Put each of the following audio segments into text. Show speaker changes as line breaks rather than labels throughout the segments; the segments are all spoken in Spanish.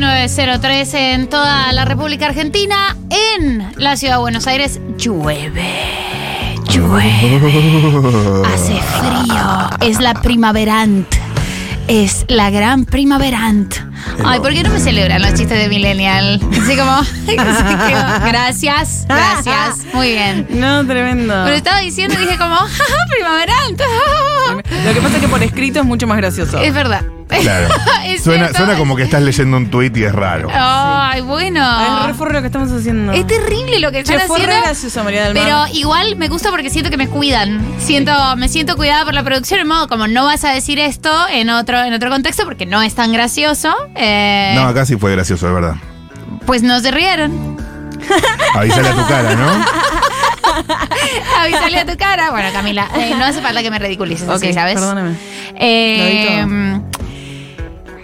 10.03 en toda la República Argentina. En la ciudad de Buenos Aires llueve. Llueve. Hace frío. Es la primaverant. Es la gran primaverant. Ay, ¿por qué no me celebran los chistes de Millennial? Así como. así como, gracias, gracias. Muy bien.
No, tremendo.
Pero estaba diciendo y dije como, "Ja, ja, primaverant.
Lo que pasa es que por escrito es mucho más gracioso.
es verdad.
Claro.
Es
Suena,
cierto.
suena como que estás leyendo un tuit y es raro.
Ay, bueno.
Ay, re forro lo que estamos haciendo.
Es terrible lo que
Ah. Che,
Ah. Este están
fue re
haciendo.
gracioso, María del Mar.
Pero igual me gusta porque siento que me cuidan. Siento, me siento cuidada por la producción, en modo como no vas a decir esto en otro, en otro contexto porque no es tan gracioso. eh,
No, acá sí fue gracioso, de verdad.
Pues no se rieron.
Avísale a tu cara, ¿no?
Avisale a tu cara. Bueno, Camila, eh, no hace falta que me ridiculices
Ok,
así, ¿sabes?
Perdóname.
Eh,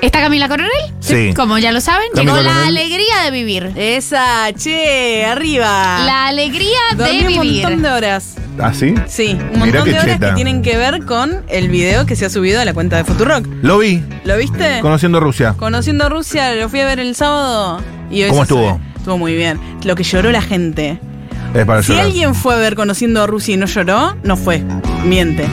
está Camila Coronel.
Sí.
Como ya lo saben,
Camila
llegó la
Coronel.
alegría de vivir.
Esa, che, arriba.
La alegría
Dormí
de
un
vivir.
montón de horas.
¿Ah, sí?
Sí, un
Mirá
montón
qué
de horas
cheta.
que tienen que ver con el video que se ha subido a la cuenta de Futurock.
Lo vi,
¿Lo viste?
conociendo Rusia.
Conociendo Rusia, lo fui a ver el sábado y hoy
¿Cómo
se
estuvo?
sube. Estuvo muy bien. Lo que lloró la gente.
Es para
Si
llorar.
alguien fue a ver Conociendo a Rusia y no lloró, no fue. Miente.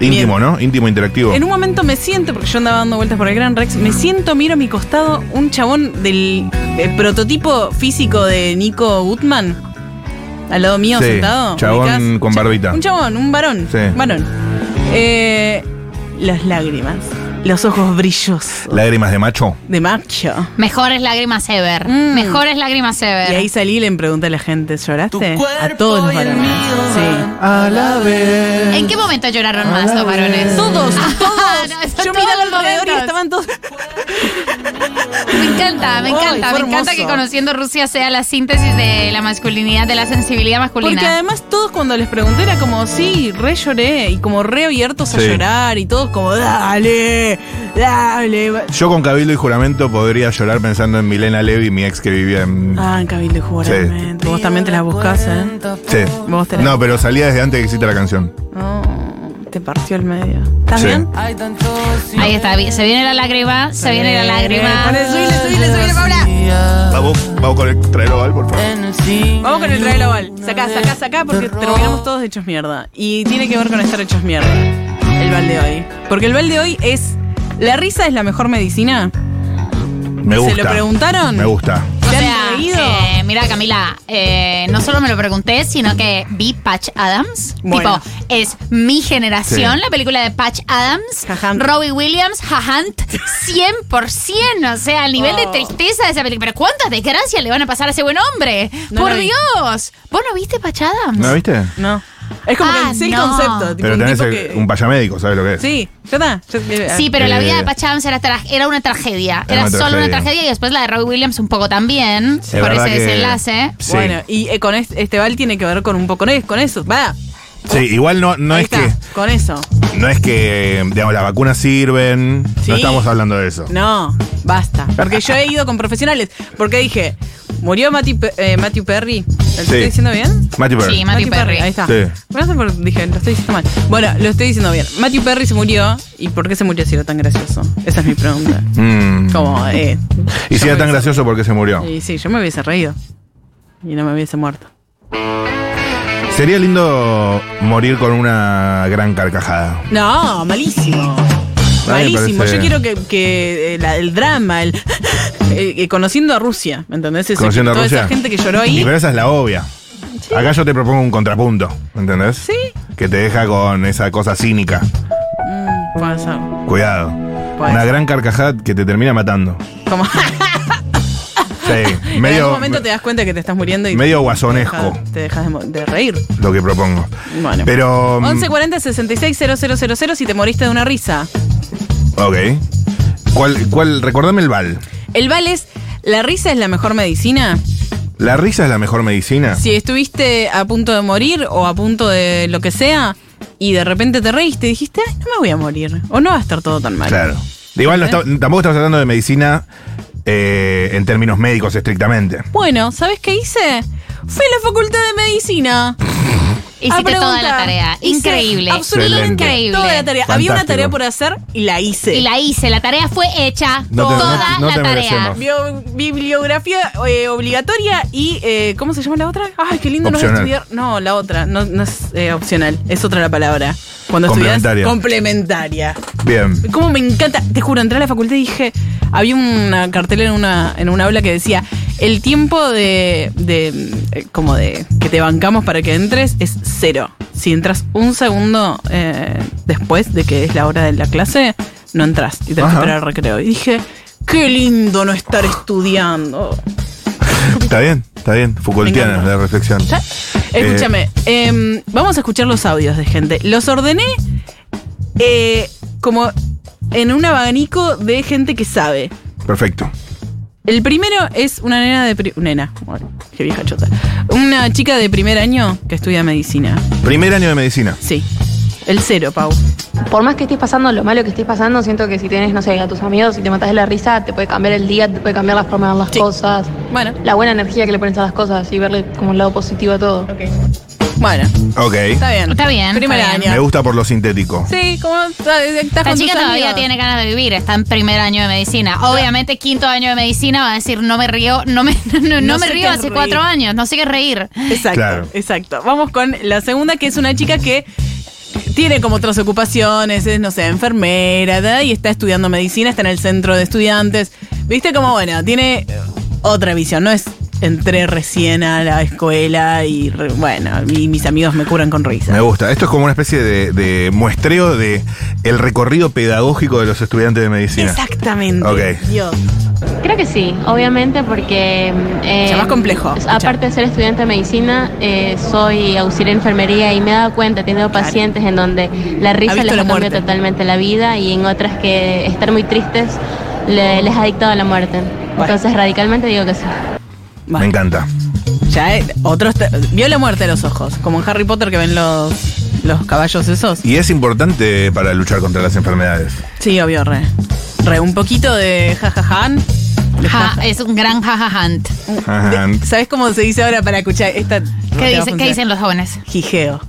Íntimo, ¿no? Íntimo interactivo.
En un momento me siento, porque yo andaba dando vueltas por el Gran Rex, me siento, miro a mi costado un chabón del, del prototipo físico de Nico Gutman, al lado mío
Sí,
sentado.
chabón
ubicás,
con
un cha-
barbita.
Un chabón, un varón.
Sí.
Varón. Eh, las lágrimas, los ojos brillosos
Lágrimas de macho.
de macho.
Mejores lágrimas ever.
Mm.
Mejores lágrimas ever.
Y ahí salí y le pregunté a la gente, ¿lloraste? A todos los varones. Sí.
A la vez.
¿En qué momento lloraron más los varones?
Todos,
Ah, no, son
Yo
todos
miraba
los
alrededor y
momentos.
estaban todos.
Me encanta, me
Ay,
encanta.
fue
me encanta
hermoso.
que conociendo Rusia sea la síntesis de la masculinidad, de la sensibilidad masculina.
Porque además todos cuando les pregunté era como, sí, re lloré, y como re abiertos a
Sí.
llorar, y todos como, dale, dale.
Yo con Cabildo y Juramento podría llorar pensando en Milena Levy, mi ex que vivía en.
Ah, en Cabildo y Juramento. Vos también te las buscás, ¿eh?
Sí.
Vos te la-
No, pero salía desde antes que exista la canción.
No, te partió el medio. ¿Estás
Sí.
bien?
Ahí está, vi- se viene la lágrima, se viene la lágrima.
Dale, subile, subile, subile, Paula. Ah.
Vamos, vamos con el traer oval, por
Eh,
favor.
Vamos con el trail oval. Sacá, sacá, sacá, porque terminamos todos hechos mierda. Y tiene que ver con estar hechos mierda. El bal de hoy. Porque el bal de hoy es. ¿La risa es la mejor medicina?
Me
¿Se
gusta.
lo preguntaron?
Me gusta.
O
¿Te han
sea,
reído?
eh, mira Camila, eh, no solo me lo pregunté, sino que vi Patch Adams.
Bueno.
Tipo, es mi generación,
Sí.
la película de Patch Adams,
Jajam.
Robbie Williams, Jajant, 100%. O sea, el nivel de
Oh.
tristeza de esa película. Pero ¿cuántas desgracias le van a pasar a ese buen hombre?
No
Por
la vi.
Dios. ¿Vos no viste Patch Adams?
¿No viste?
No. Es como
Ah,
que sé el
no.
concepto. tipo,
Pero
un
tenés
tipo
el-
que-
un payamédico, ¿sabes lo que es?
Sí, ya está. ah. Ya-
Sí, pero la
Eh.
vida de Patch Adams era, tra- era una tragedia.
Era
Era,
una
solo una
tragedia.
tragedia y después la de Robbie Williams un poco también,
Es
por
verdad
ese
que-
desenlace.
Sí.
Bueno, y eh, con este, este bal tiene que ver con un poco con eso. Con eso. Va.
Sí, igual no, no
Ahí
es
está, Con eso.
que. No es que. Digamos, las vacunas sirven.
Sí.
No estamos hablando de eso.
No, basta. Porque yo he ido con profesionales. Porque dije, murió Matthew, Pe- eh, Matthew Perry. ¿Lo estoy
Sí.
diciendo bien?
Mati Perry.
Sí, Matthew Perry.
Ahí está.
Sí.
No sé por qué dije, lo estoy diciendo mal. Bueno, lo estoy diciendo bien. Matthew Perry se murió. ¿Y por qué se murió si era tan gracioso? Esa es mi pregunta.
Mm.
Como, eh.
Y si
yo
era
me
tan
hubiese-
gracioso porque se murió.
Y sí, yo me hubiese reído. Y no me hubiese muerto.
Sería lindo morir con una gran carcajada.
No, malísimo.
me
Malísimo.
parece-
Yo quiero que, que, eh, la- el drama, el eh, eh, conociendo a Rusia, ¿me entendés? Ese-
Conociendo a
toda
Rusia.
esa gente que lloró
Y
ahí.
pero esa es la obvia. Acá yo te propongo un contrapunto, ¿entendés?
Sí.
Que te deja con esa cosa cínica.
Mm, pasa.
Cuidado.
Puede
una
ser.
gran carcajada que te termina matando.
Como-
Sí.
en algún
medio,
momento te das cuenta que te estás muriendo y
medio
te dejas,
guasonesco
te dejas de, mo- de reír.
lo que propongo.
Bueno.
Pero. mm,
1140 66 000 si te moriste de una risa.
Ok. ¿Cuál, cuál, recordame el bal.
El bal es, ¿la risa es la mejor medicina?
¿La risa es la mejor medicina?
Si estuviste a punto de morir o a punto de lo que sea y de repente te reíste y dijiste, "Ay, no me voy a morir. O no va a estar todo tan mal.
Claro. Igual
¿Eh?
no está- tampoco estamos hablando de medicina eh, en términos médicos estrictamente.
Bueno, ¿sabes qué hice? Fui a la facultad de medicina.
Hiciste toda
a
la
preguntar.
tarea.
Ah, Hice
Increíble.
absolutamente
Increíble.
Toda la tarea. Había una
Fantástico.
tarea por hacer y la hice.
Y la hice, la tarea fue hecha.
No te-
toda
no- no
la
te
tarea.
merecemos.
Bio- bibliografía eh, obligatoria y eh, ¿cómo se llama la otra? Ay, qué lindo no es
Opcional.
estudiar. No, la otra, no, no es eh, opcional, es otra la palabra. Cuando estudias-
Complementaria.
complementaria.
Bien.
Cómo me encanta, te juro, entré a la facultad y dije, había una cartelera en una en una aula que decía, el tiempo de, de eh, como de que te bancamos para que entres es cero. Si entras un segundo eh, después de que es la hora de la clase, no entras y tenés
Ajá.
que esperar al recreo. Y dije, qué lindo no estar estudiando.
Está bien, está bien. Foucaultiana
encanta.
la reflexión.
Ya. Escúchame, em, vamos a escuchar los audios de gente. Los ordené eh, como en un abanico de gente que sabe.
Perfecto.
El primero es una nena de... pri- nena, bueno, qué vieja chota. Una chica de primer año que estudia medicina.
Primer año de medicina.
Sí. El cero, Pau.
Por más que estés pasando lo malo que estés pasando, siento que si tienes, no sé, a tus amigos, si te matas de la risa, te puede cambiar el día, te puede cambiar la forma de ver las
Sí.
cosas,
Bueno.
la buena energía que le pones a las cosas y verle como el lado positivo a todo.
Bueno,
Ok.
está bien.
Está bien,
Primer
está bien.
año.
Me gusta por lo sintético.
Sí, como estás estás
La
con
chica
tus
todavía
amigos.
tiene ganas de vivir, está en primer año de medicina. Obviamente, quinto año de medicina va a decir, no me río, no me, no, no
No
me
sé
río
qué
hace
reír.
cuatro años, no sé qué reír.
Exacto,
Claro.
exacto. Vamos con la segunda, que es una chica que tiene como otras ocupaciones, es, no sé, enfermera, ¿da? y está estudiando medicina, está en el centro de estudiantes. Viste como, bueno, tiene eh, otra visión, no es entré recién a la escuela y, re- bueno, y mis amigos me curan con
Me
risa.
gusta. Esto es como una especie de, de muestreo de el recorrido pedagógico de los estudiantes de medicina.
Exactamente.
Ok.
Dios.
Creo que sí, obviamente, porque. mm, eh,
Ya más complejo,
es-
ya.
Aparte de ser estudiante de medicina, eh, soy auxiliar de enfermería y me he dado cuenta, he tenido
Claro.
pacientes en donde la
Ha
risa
visto
les ha
la
cambiado
muerte.
totalmente la vida y en otras que estar muy tristes le- les ha dictado a la muerte. Entonces, radicalmente digo que sí.
Me
Bueno,
encanta.
ya eh, otros te- vio la muerte a los ojos, como en Harry Potter que ven los, los caballos esos.
Y es importante para luchar contra las enfermedades.
Sí, obvio, re. Re, un poquito de jajajan. De
Ja,
jaja-
es un gran jajahunt.
Ajá.
¿Sabes cómo se dice ahora para escuchar esta? no te va a
¿Qué, dice-
funcionar.
¿Qué dicen los jóvenes?
Jijeo.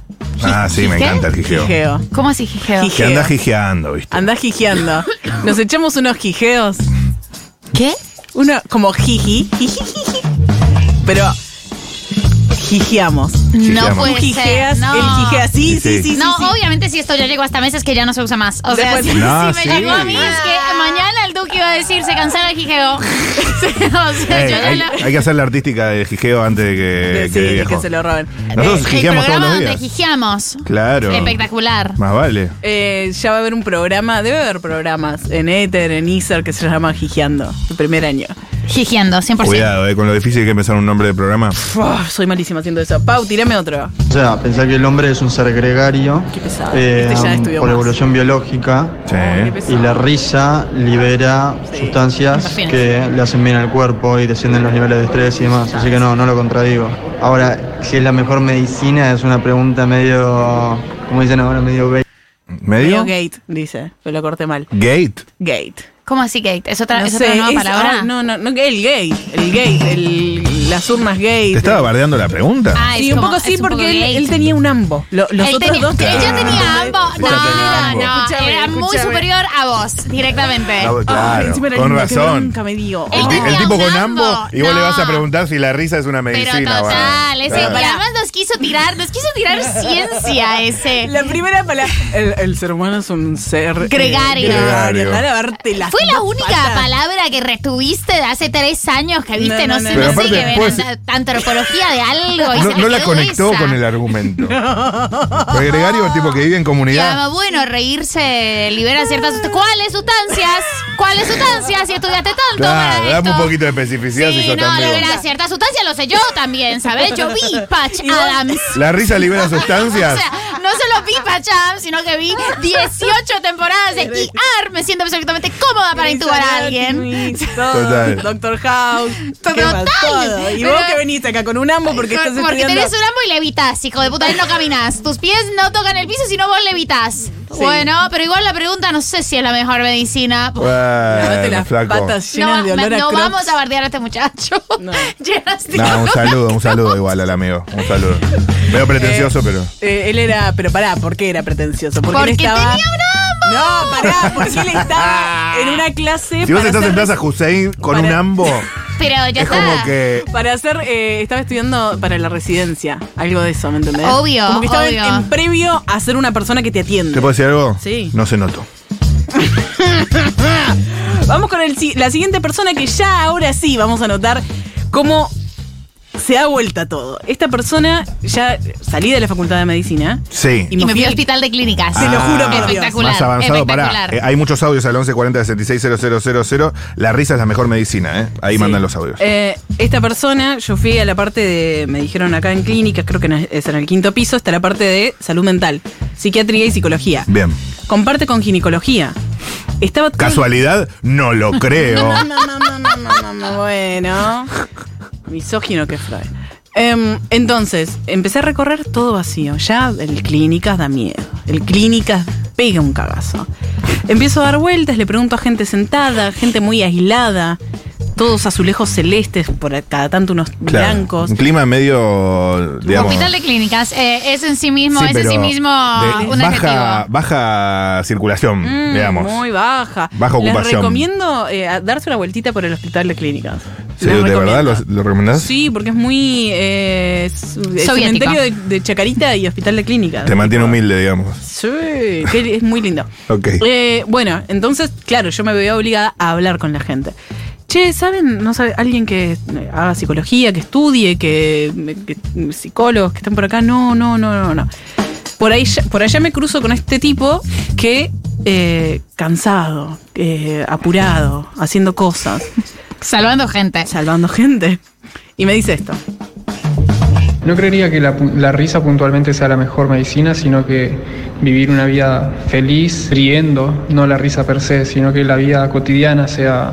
Ah, sí, me
¿Jijeo?
encanta el jijeo.
Jijeo.
¿Cómo así, Gigeo?
Jijeo.
Que anda jijeando, ¿viste?
Andás jijeando. Nos echamos unos jijeos.
¿Qué?
Uno como jiji. jijijiji. Pero jijeamos.
No
Jijeamos.
puede
Tú jijeas,
ser. No.
él jijea. Sí, sí, sí.
Sí.
sí,
No,
sí.
obviamente si esto ya llegó hasta meses que ya no se usa más. O sea, si,
Después-
No,
si me
sí. Ah.
llegó a mí es que mañana el Duque iba a decir se cancela el jijeo. o sea,
Ey,
yo ya
hay,
lo-
hay que hacer la artística del jijeo antes de que,
Sí,
que
que,
Eh, viejo.
se lo roben.
Nosotros
el
jijeamos todos
programa
los
donde
días.
jijeamos.
Claro.
Espectacular.
Más vale.
Eh, ya va a haber un programa, debe haber programas en Ether, en Ether, que se llama Jijeando, el primer año.
Jijeando, 100%.
Cuidado, eh, con lo difícil que es pensar un nombre de programa.
Uf, soy malísima haciendo eso. Pau, tirame otro.
O sea, pensar que el hombre es un ser gregario
Qué pesado.
eh,
Este ya estudió
por
más.
evolución biológica
Sí.
Ay, qué
y
pesado.
la risa libera
Sí.
sustancias
Endorfinas.
que le hacen bien al cuerpo y descienden los niveles de estrés y demás. Así que no, no lo contradigo. Ahora, si es la mejor medicina es una pregunta medio, como dicen ahora, medio be-
Leo
¿Medio?
Gate, dice. Pero lo corté mal.
Gate.
Gate.
¿Cómo así, Kate? ¿Es otra,
No
es
sé,
otra nueva
es-
palabra?
ah, no, no, no, el gate. El gate, el- las urnas gate.
¿Te estaba bardeando la pregunta?
Ah,
Sí,
es
un
como-
poco sí,
es un
porque
poco
él,
gay.
él tenía un ambo. Lo- los
Él
otros
tenía-
dos
él ya
tenían-
tenía ambos. No,
Ella tenía
no,
ambos.
era
Escúchame,
muy
escúchame.
superior a vos, directamente.
No,
Ay,
Ah, claro,
encima era
con
lindo, qué
razón.
bronca me dio.
Él
El, ti-
tenía
el tipo
un
con
ambo.
ambos y vos
No.
le vas a preguntar si la risa es una
Pero
medicina.
total,
bueno.
ese.
Claro.
Y además nos quiso tirar, nos quiso tirar ciencia ese.
La primera palabra. El, el ser humano es un ser. eh,
Gregario.
Gregario.
Andar a verte las
Fue la
dos
única
patas.
palabra que retuviste de hace tres años que viste,
No,
no,
no,
sé,
no,
no,
no.
sé,
Pero
que
aparte,
ven
pues-
ant- antropología de algo. y se
No,
me
no la
quedó
conectó
esa.
con el argumento. Porque Gregario es tipo que vive en
Y
comunidad.
además, bueno, reírse libera ciertas sust- ¿Cuáles sustancias? ¿Cuáles sustancias? Si estudiaste tanto.
Claro,
para
dame un
esto.
poquito de especificidad si
Sí,
sos
no,
tan bebo.
libera ciertas sustancias, lo sé yo también, ¿sabes? Yo vi Patch
Igual-
Adams.
La risa libera
O
sustancias.
sea, no solo vi Patch Adams, sino que vi 18 temporadas de ER. Me siento absolutamente cómoda para
Grey's
intubar a alguien.
Anatomy, todo,
Total.
Doctor House. ¿qué más?
Total.
Todo. Y
Pero-
vos que veniste acá con un ambo porque estás
Porque
estudiando.
tenés un ambo y levitas, hijo de puta, y no caminas. Tus pies no tocan el piso, sino vos levitas. Bueno, pero igual la pregunta no sé si es la mejor medicina.
Lavate
Bueno,
las
flaco.
patas
No,
llenas de olor a
no
Crocs.
vamos a bardear a este muchacho.
No.
Llenas de
No, un
olor a
saludo, un saludo igual al amigo. Un saludo. Medio pretencioso, pero.
Eh, él era, pero pará, ¿por qué era pretencioso? Porque, él
Porque
estaba.
tenía un
No, pará, porque él estaba en una clase.
Si vos
para
estás
hacer
en Plaza Hussein con
para-
un ambo,
Pero ya
es
está.
como que.
Para hacer, eh, estaba estudiando para la residencia, algo de eso, ¿me entendés?
Obvio,
Como que estaba
obvio.
En, en previo a ser una persona que te
¿Te
atiende.
puedo decir algo?
Sí.
No se notó.
Vamos con el si- la siguiente persona que ya ahora sí vamos a notar cómo se da vuelta todo. Esta persona ya salí de la facultad de medicina.
Sí.
Y
Y me fui
al-
al hospital de clínicas.
Se lo juro por Dios.
espectacular.
Ah, Más avanzado, pará.
espectacular.
Eh, hay muchos audios al 1140 660000. La risa es la mejor medicina, ¿eh? Ahí
Sí.
mandan los audios.
Eh, esta persona, yo fui a la parte de, me dijeron acá en clínicas, creo que en- es en el quinto piso, está la parte de salud mental, psiquiatría y psicología.
Bien.
Comparte con ginecología. Estaba todo-
¿Casualidad? No lo creo.
No, no, no, no, no, no, no, no, bueno. Misógino que Freud. Em, entonces, empecé a recorrer todo vacío. Ya el clínicas da miedo. El clínicas pega un cagazo. Empiezo a dar vueltas, le pregunto a gente sentada, gente muy aislada, todos azulejos celestes, por cada tanto unos
Claro.
blancos.
Un clima medio. Digamos,
Hospital de clínicas eh, es en sí mismo,
Sí,
es en
pero
sí mismo
de-
un
baja,
adjetivo.
baja circulación,
Mm,
digamos.
Muy baja.
Baja
Les
ocupación.
recomiendo eh, a- darse una vueltita por el hospital de clínicas.
Sí,
Les
¿De
recomiendo.
verdad lo, lo recomendás?
Sí, porque es muy. Eh, es- es
Soviético.
cementerio de, de Chacarita y hospital de clínicas.
Te mantiene humilde, digamos.
Sí, que es muy lindo.
Ok.
Eh, bueno, entonces, claro, yo me veo obligada a hablar con la gente. Che, ¿saben? No sabe, alguien que eh, haga psicología, que estudie, que, que- psicólogos que están por acá. No, no, no, no, no. Por ahí, ya- por allá me cruzo con este tipo que eh, cansado, eh, apurado, haciendo cosas,
Salvando gente.
salvando gente. Y me dice esto.
No creería que la, pu- la risa puntualmente sea la mejor medicina, sino que vivir una vida feliz, riendo, no la risa per se, sino que la vida cotidiana sea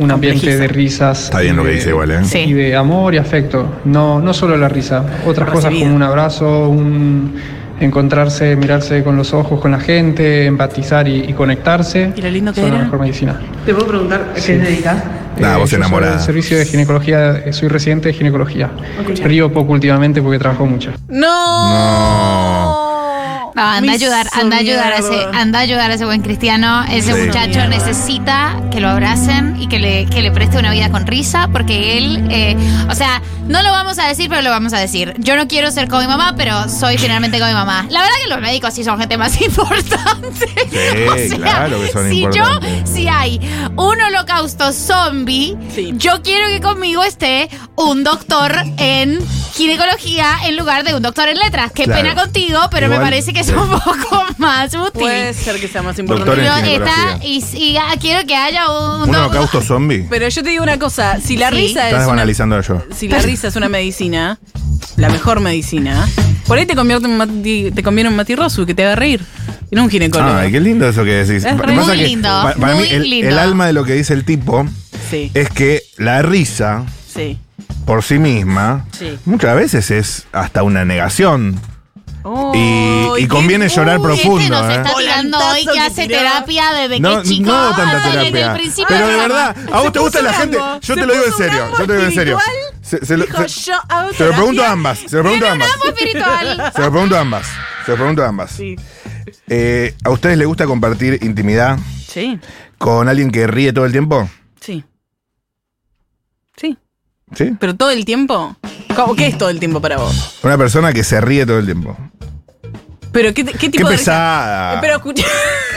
un ambiente
Complejiza.
de risas.
Está bien lo que
de-
dice igual, ¿eh?
Sí.
Y de amor y afecto, no, no solo la risa, otras cosas
Recibida.
como un abrazo, un encontrarse, mirarse con los ojos con la gente, empatizar y, y conectarse.
Y lo lindo que
son
era.
la mejor medicina.
¿Te puedo preguntar a qué
Sí.
te dedicas?
Nah, vos
Eh, yo soy
enamorada.
del servicio de ginecología, eh, soy residente de ginecología. Río poco últimamente porque trabajo mucho.
No.
No, Ah, anda a ayudar, anda a ayudar a ese,
Miso
anda a ayudar a ese buen cristiano. Ese
Sí.
muchacho
Mierda.
necesita que lo abracen y que le, que le preste una vida con risa, porque él, eh, o sea, no lo vamos a decir, pero lo vamos a decir. Yo no quiero ser como mi mamá, pero soy finalmente como mi mamá. La verdad que los médicos sí son gente más importante.
Sí, claro que son
si yo,
importantes.
si hay un holocausto zombie,
Sí.
yo quiero que conmigo esté un doctor en ginecología en lugar de un doctor en letras. Qué
Claro.
pena contigo, pero me
Igual,
parece que es un
sí.
poco más útil.
Puede ser que sea más importante.
Doctor
Pero
en
está, y,
ginecología.
y, ah, quiero que haya un,
¿Un
doc-
holocausto zombie?
Pero yo te digo una cosa, si la
Sí.
risa
Estás
es una,
banalizando a yo.
si la risa es una medicina, la mejor medicina, por ahí te convierte en Mati- te conviene un matirrosu que te haga reír, y no un ginecólogo.
Ay, Ah, qué lindo eso que decís.
Es
Pa-
re-
muy lindo,
pa- para
muy
mí, el,
lindo.
el alma de lo que dice el tipo
Sí,
es que la risa
sí.
por sí misma
Sí.
muchas veces es hasta una negación.
Oh,
y
qué-
conviene llorar
uy,
Uy,
profundo.
Este nos
¿eh?
está tirando
Volantazo
hoy que
que
hace
tiró.
terapia de bebé
No,
chico.
no
Ah,
tanta
Ay, desde el
terapia.
principio
Pero
del
de
programa.
verdad, a
Se
vos te gusta
puso
la gente.
Rambo.
Yo
Se
te lo digo en
puso
serio.
Rambo
Yo te lo digo en serio.
espiritual.
Se, se lo-
Dijo,
se-
"Yo hago
se lo pregunto
terapia".
a ambas. Se lo pregunto a
Tiene
ambas.
un amo espiritual.
Se lo pregunto a ambas. Se lo pregunto a ambas.
Sí.
Eh, ¿A ustedes les gusta compartir intimidad
Sí.
con alguien que ríe todo el tiempo?
Sí. Sí.
¿Sí?
Pero todo el tiempo. ¿Cómo- ¿Qué es todo el tiempo para vos?
Una persona que se ríe todo el tiempo.
Pero qué, qué
¡Qué
tipo de risa?
pesada!
Eh, Pero escucha.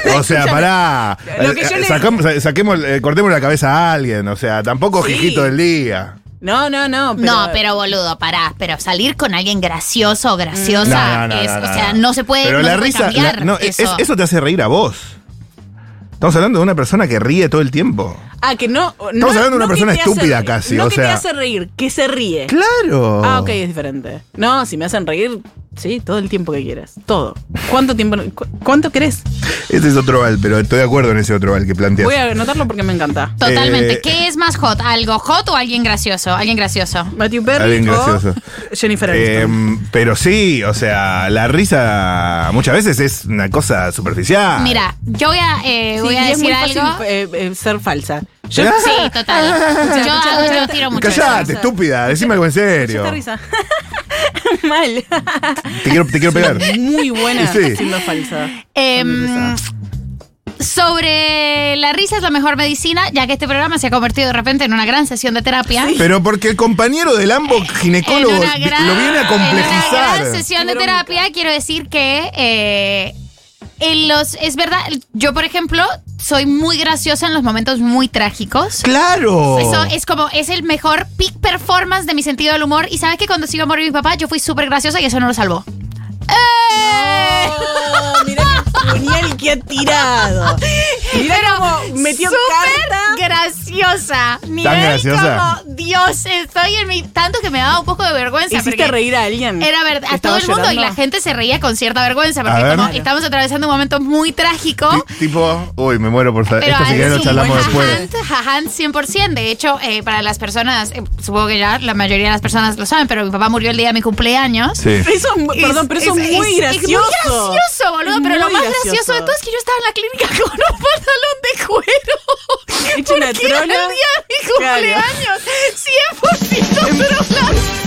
Ah. o sea, pará.
Lo que yo
Eh,
le-
sacamos- sa- saquemos, eh, cortemos la cabeza a alguien. O sea, tampoco
Sí.
jijito del día.
No, no, no. Pero,
No, pero boludo, pará. Pero salir con alguien gracioso o graciosa
No, no, no,
es,
no,
o
no.
sea, no se puede.
Pero
no
la
se puede
risa. la-
cambiar
no, es-
eso.
eso. te hace reír a vos. Estamos hablando de una persona que ríe todo el tiempo.
Ah, que no. Estamos
hablando de una persona estúpida casi,
No
o
que te
sea.
hace reír, que se ríe.
Claro.
Ah, ok, es diferente. No, si me hacen reír, Sí, todo el tiempo que quieras. Todo. ¿Cuánto tiempo? cu- ¿Cuánto querés?
Ese es otro val, pero estoy de acuerdo en ese otro val que planteas.
Voy a anotarlo porque me encanta.
Totalmente.
Eh,
¿Qué es más hot? ¿Algo hot o alguien gracioso? Alguien gracioso.
Matthew Perry
Alguien gracioso.
o Jennifer Aniston.
Em, pero sí, o sea, la risa muchas veces es una cosa superficial.
Mira, yo voy a, eh,
Sí,
voy a
y es
decir
muy
algo.
fácil eh, eh, ser falsa. Yo,
¿Eh?
Sí, total. Yo, hago- yo tiro mucho. eso.
Callate, estúpida, decime algo en
yo
serio.
te risa. Mal.
Te quiero, te quiero pegar.
Muy buena
Sí.
siendo falsa.
Em, sobre la risa es la mejor medicina, ya que este programa se ha convertido de repente en una gran sesión de terapia.
Pero porque el compañero del ambos
En
ginecólogo
una gran-
lo viene a
En una gran
complejizar.
sesión de terapia, quiero decir que eh, en los, es verdad, yo por ejemplo soy muy graciosa en los momentos muy trágicos.
Claro.
Eso es como, es el mejor peak performance de mi sentido del humor. Y sabes que cuando se iba a morir mi papá, yo fui súper graciosa y eso no lo salvó. ¡Eh!
Oh, mirá qué genial que ha tirado. Mirá cómo metió
Súper
carta.
graciosa. Nivel
graciosa?
como, Dios, estoy en mi... Tanto que me daba un poco de vergüenza.
Hiciste
porque
reír a alguien.
Era verdad, a todo
¿Estaba
el mundo y
llorando?
la gente se reía con cierta vergüenza porque
A ver.
como estamos atravesando un momento muy trágico.
Ti- Tipo, uy, me muero por saber.
Pero
Esto si querés lo
sí,
charlamos
bueno,
después.
jajant, jajant 100%. De hecho, eh, para las personas, eh, supongo que ya la mayoría de las personas lo saben, pero mi papá murió el día de mi cumpleaños.
Sí.
Eso, perdón, pero eso es, muy
Es
gracioso.
muy gracioso, boludo.
Es
pero lo
muy
más gracioso. de todo es que yo estaba en la clínica con un pantalón de cuero.
Hecho una
porque era el
trola.
día de mi
Claro.
cumpleaños. 100% trolas.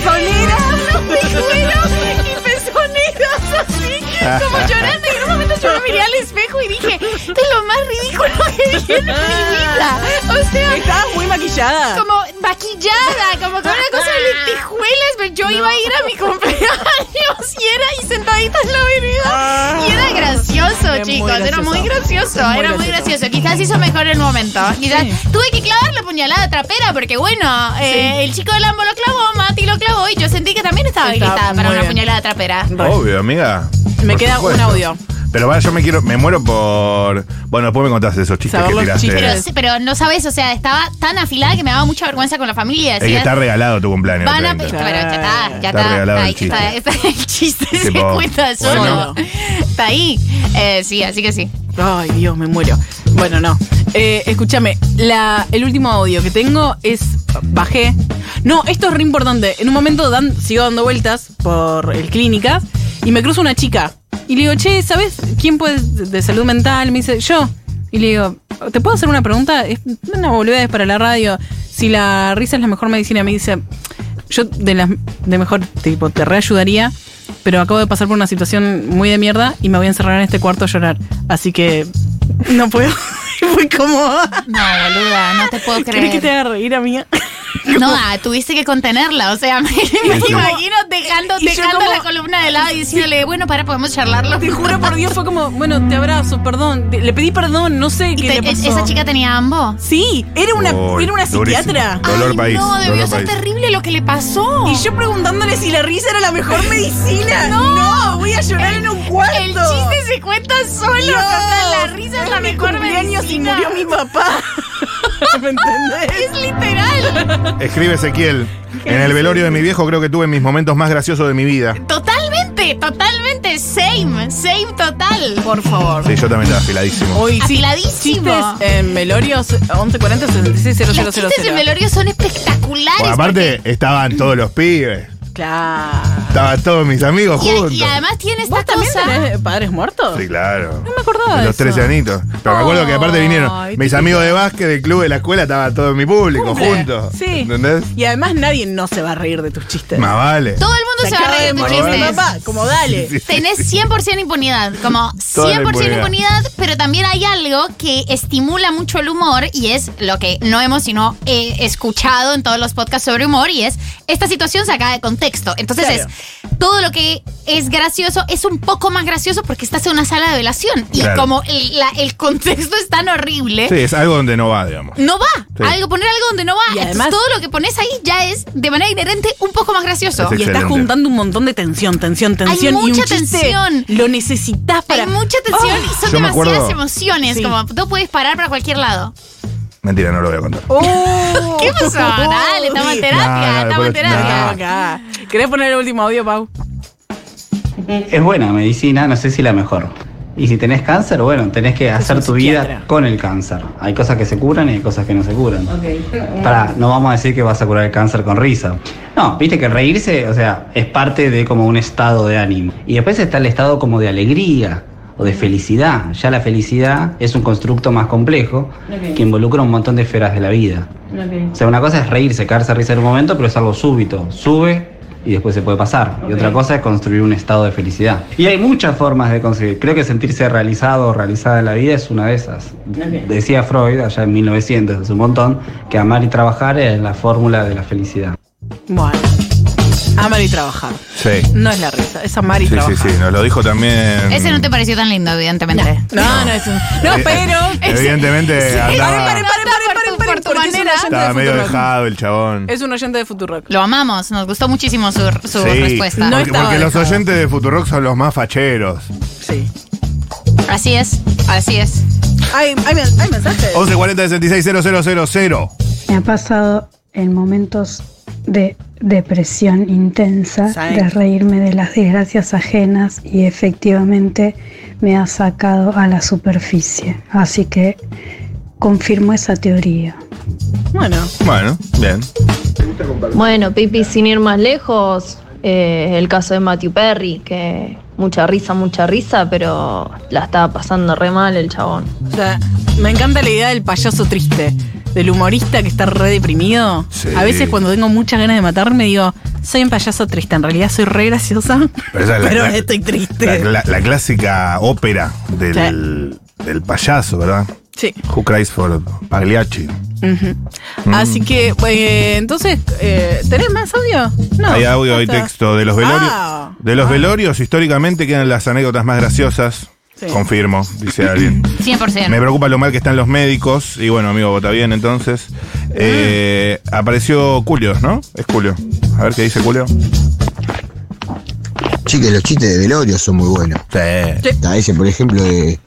Pantalones de cuero y pezoneras así. Como llorando. Y en un momento yo me miré al espejo y dije, esto es lo más ridículo que vi en mi vida. O sea,
Estabas muy maquillada.
como maquillada, como con una cosa de lentejuelas, pero yo iba a ir a mi cumpleaños y era y sentadita en la
Ah.
avenida. Y era gracioso,
Es muy
chicos, era muy gracioso,
Es muy
era muy
gracioso.
gracioso. Quizás hizo mejor el momento. Quizás
Sí.
tuve que clavar la puñalada trapera porque, bueno, eh, el chico del ambo lo clavó, Mati lo clavó y yo sentí que también estaba
Estaba
habilitada para
muy
una
bien.
puñalada trapera.
Obvio, amiga.
Me
Por
queda
supuesto.
un audio.
Pero va, yo me quiero, me muero por. Bueno, después me contaste esos chistes
Saber
que
los
tiraste.
chistes.
Pero, pero no sabes, o sea, estaba tan afilada que me daba mucha vergüenza con la familia.
Es que
decía,
está regalado tu cumpleaños.
Van a
el
pe-
30.
bueno, ya está, ya
Está
está.
regalado
está
el
ahí, está,
chiste.
está- el chiste se
Tipo,
cuenta solo.
bueno.
Está ahí. Eh, sí, así que sí.
Ay, Dios, me muero. Bueno, no. Eh, escúchame, la, el último audio que tengo es. Bajé. No, esto es re importante. En un momento dan, sigo dando vueltas por el clínica y me cruzo una chica. Y le digo, che, ¿sabes quién puede de de salud mental? Me dice, yo. Y le digo, ¿te puedo hacer una pregunta? Es una boludez para la radio. Si la risa es la mejor medicina, me dice, yo de las de mejor tipo te reayudaría, pero acabo de pasar por una situación muy de mierda y me voy a encerrar en este cuarto a llorar. Así que no puedo. Fue como
No, boluda, no te puedo
¿Crees que te
creer.
haga reír a mí?
No, ah, tuviste que contenerla. O sea, me, me
sí.
imagino dejando,
Y yo
dejando
como-
la columna de lado y diciéndole, bueno, para, podemos charlarlo.
Te juro por Dios, fue como, bueno, te abrazo, perdón. Te- le pedí perdón, no sé
Y
qué
te-
le pasó.
esa chica tenía ambos.
Sí, era una,
Uy,
era una
durísimo.
psiquiatra.
Dolor
Ay,
país,
No, debió
dolor
ser
país.
terrible lo que le pasó.
Y yo preguntándole si la risa era la mejor medicina. No, voy a llorar en un cuarto.
el chiste se cuenta solo.
No,
Total, la risa es, la
mi
mejor
cumpleaños y
medicina.
murió mi papá. ¿Me entendés?
Es literal.
Escribe Ezequiel. En el velorio de mi viejo creo que tuve mis momentos más graciosos de mi vida.
Totalmente, totalmente. Same, same total.
Por favor.
Sí, yo también estaba afiladísimo.
Hoy sí.
Afiladísimo.
Chistes en velorios 1140 66
Los chistes en velorio son espectaculares.
Bueno, aparte, estaban todos los pibes.
Claro.
Estaban todos mis amigos
porque-
juntos.
y, y además tiene esta
¿Vos también
cosa.
tenés padres muertos?
Sí, claro.
No me acordaba
De
de
los
eso.
13 anitos. Pero me acuerdo que aparte vinieron
Ay,
mis
qué
amigos de básquet, del club, de la escuela, estaba todo mi público
Cumple.
juntos.
Sí.
¿Entendés?
Y además nadie no se va a reír de tus chistes.
Más vale.
Todo el mundo se, va a
acaba de
reír de tus
morir mi
chistes.
papá. Como dale.
Sí, sí.
Tenés 100% impunidad, como 100% impunidad.
impunidad.
pero también hay algo que estimula mucho el humor y es lo que no hemos sino eh, escuchado en todos los podcasts sobre humor y es esta situación sacada de contexto. Entonces
Claro.
es todo lo que es gracioso es un poco más gracioso porque estás en una sala de velación y
Claro.
como el, la- el contexto es tan horrible.
Sí, es algo donde no va, digamos.
No va,
Sí.
algo, poner algo donde no va.
Y
Entonces,
además-
todo lo que pones ahí ya es de manera inherente un poco más gracioso.
Perfecto.
Y estás
Excelente.
juntando un montón de tensión, tensión, tensión. y un
mucha
chiste
tensión.
Lo necesitas para. Oh.
Hay mucha tensión y son
Yo me acuerdo-
demasiadas emociones.
Sí.
Como tú puedes parar para cualquier lado.
Mentira, no lo voy a contar.
Oh.
¿Qué pasó? Dale, estamos en terapia,
No, no,
estamos en
después-
terapia.
Acá. ¿Querés poner el último audio, Pau?
Es buena medicina, no sé si la mejor. Y si tenés cáncer, bueno, tenés que hacer
un
tu vida
psiquiatra.
con el cáncer. Hay cosas que se curan y hay cosas que no se curan. Pará, no vamos a decir que vas a curar el cáncer con risa. No, viste que reírse, o sea, es parte de como un estado de ánimo. Y después está el estado como de alegría o de felicidad. Ya la felicidad es un constructo más complejo que involucra un montón de esferas de la vida. O sea, una cosa es reírse, caerse a risa en un momento, pero es algo súbito. Sube y después se puede pasar. Y otra cosa es construir un estado de felicidad. Y hay muchas formas de conseguir. Creo que sentirse realizado o realizada en la vida es una de esas. Decía Freud allá en 1900, hace un montón, que amar y trabajar es la fórmula de la felicidad.
Bueno. Amar y trabajar.
Sí.
No es la risa, es amar y
Sí, sí,
trabajar. Eh,
sí, nos lo dijo también.
Ese no te pareció tan lindo, evidentemente. Eh,
No, no es un. No,
Eh,
pero.
Evidentemente
Paren,
Eh, andaba-
paren, paren, paren, paren,
Por
paren,
tu
porque es un
manera.
oyente
Estaba
de
medio
Futurock.
dejado el chabón.
Es un oyente de Futurock.
Lo amamos, nos gustó muchísimo su, su
Sí,
respuesta.
No
porque,
estaba
porque los
dejado.
oyentes de Futurock son los más facheros.
Sí.
Así es, así es.
Hay, hay, men- hay mensajes.
1140 66 000.
Me ha pasado en momentos de depresión intensa,
Sí.
de reírme de las desgracias ajenas y efectivamente me ha sacado a la superficie. Así que confirmo esa teoría.
Bueno.
Bueno, bien.
Bueno, Pipi, sin ir más lejos, eh, el caso de Matthew Perry, que mucha risa, mucha risa, pero la estaba pasando re mal el chabón.
O sea, me encanta la idea del payaso triste, del humorista que está re deprimido.
Sí.
A veces cuando tengo muchas ganas de matarme digo, soy un payaso triste, en realidad soy re graciosa,
Pero
pero,
esa es la- la-
estoy
La,
triste.
la- la clásica ópera del, del payaso, ¿verdad?
Sí.
Who cries for Pagliacci.
Ujú.
Mm.
Así que, eh, entonces, eh, ¿tenés más audio? No.
hay audio, hay
Basta.
texto. De los velorios.
Ah.
De los velorios, históricamente quedan las anécdotas más graciosas.
Sí.
Confirmo, dice alguien.
100%.
Me preocupa lo mal que están los médicos. Y bueno, amigo, vota bien entonces. Eh, apareció Julio, ¿no? Es Julio. A ver qué dice Julio.
Sí, que los chistes de velorio son muy buenos.
Sí.
A ese, por ejemplo, de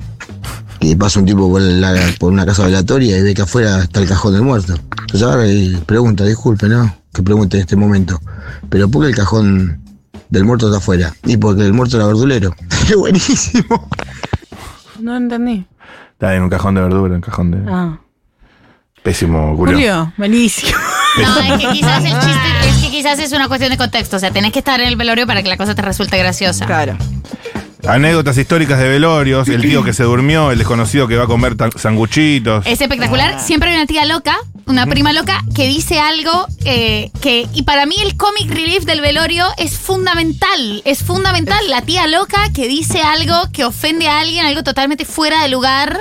que pasa un tipo por, la- por una casa velatoria y ve que afuera está el cajón del muerto. Entonces agarra y pregunta, disculpe, ¿no? Que pregunte en este momento. Pero ¿por qué el cajón del muerto está afuera? Y porque el muerto era verdulero. ¡Qué buenísimo!
No entendí.
Está en un cajón de verdura, un cajón de.
Ah.
Pésimo, Julio.
Julio, malísimo.
No, es que quizás el chiste, es que quizás es una cuestión de contexto. O sea, tenés que estar en el velorio para que la cosa te resulte graciosa.
Claro.
Anécdotas históricas de velorios, el tío que se durmió, el desconocido que va a comer tan- sanguchitos.
Es espectacular.
Ah.
Siempre hay una tía loca, una prima loca, que dice algo eh, que. Y para mí el comic relief del velorio es fundamental. Es fundamental. La tía loca que dice algo que ofende a alguien, algo totalmente fuera de lugar.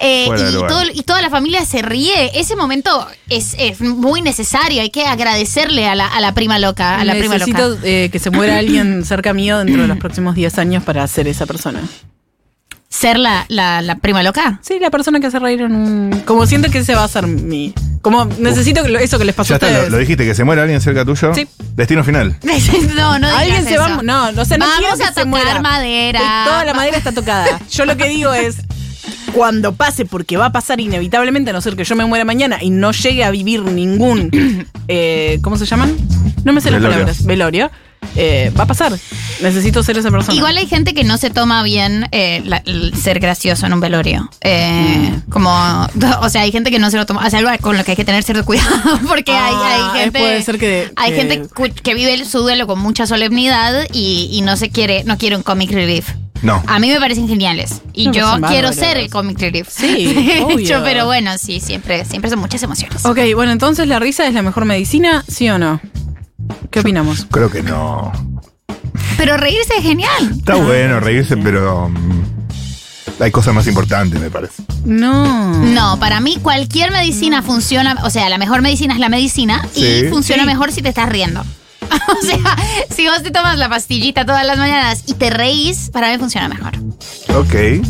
eh,
Fuera
y,
de lugar.
todo- y toda la familia se ríe. Ese momento es, es muy necesario. Hay que agradecerle a la, a la prima loca. A la prima
Necesito
loca.
eh, que se muera alguien cerca mío dentro de los próximos 10 años para ser esa persona.
Ser la, la- la prima loca.
Sí, la persona que hace reír en un... Como siento que ese va a ser mi... Como necesito que lo- eso que les pasó
ya
a
está,
ustedes.
lo, lo dijiste, que se muera alguien cerca tuyo.
Sí.
Destino final.
no, no digas
Alguien se va...
eso.
No, no sé, no
Vamos
quiero que
a
se
tocar
muera.
madera.
Eh, Toda la madera está tocada. Yo lo que digo es... Cuando pase, porque va a pasar inevitablemente, a no ser que yo me muera mañana y no llegue a vivir ningún... eh, ¿Cómo se llaman? No me sé las
Velorio.
palabras. Velorio. Eh, va a pasar. Necesito ser esa persona.
Igual hay gente que no se toma bien eh, la- el ser gracioso en un velorio. Eh,
Mm.
Como, o sea, hay gente que no se lo toma. O sea, algo con lo que hay que tener cierto cuidado, porque hay-
Ah,
hay, gente.
puede ser que-
hay
que-
gente cu- que vive el- su duelo con mucha solemnidad y, y no se quiere, no quiere un comic relief.
No.
A mí me parecen geniales. Y
Me
yo
parecen
quiero
pues bárbaros.
ser el comic relief.
Sí,
De hecho,
obvio.
pero bueno, sí, siempre, siempre son muchas emociones.
Ok, bueno, entonces la risa es la mejor medicina, ¿sí o no? ¿Qué opinamos?
Creo que no.
Pero reírse es genial.
Está bueno reírse, pero. mm, hay cosas más importantes, me parece.
No.
No, para mí cualquier medicina funciona, o sea, la mejor medicina es la medicina
Sí.
y funciona
Sí.
mejor si te estás riendo. o sea, si vos te tomas la pastillita todas las mañanas y te reís, para mí funciona mejor.
Ok.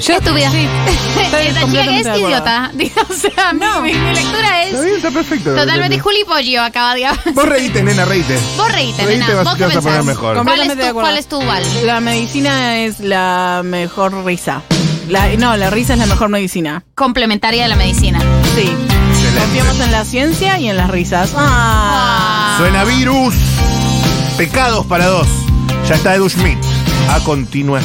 Yo
Tu vida. Esta chica que
completamente
es
de
idiota. O sea, mi- mi, mi lectura es
Está bien, está perfecto.
totalmente Juli Pollo acaba de hablar.
Vos reíte, nena, reíte.
Vos reíte,
Reíte,
nena.
vas-
Vos
te vas a poner
comenzás. ¿Cuál
mejor.
es
Completamente de
tu,
acuerdo.
cuál es tu val?
La medicina es la mejor risa. La- no, la risa es la mejor medicina.
Complementaria de la medicina.
Sí. Confiamos en la ciencia y en las risas. Ah.
Ah.
Suena virus. Pecados para dos. Ya está Edu Schmidt. a continuación.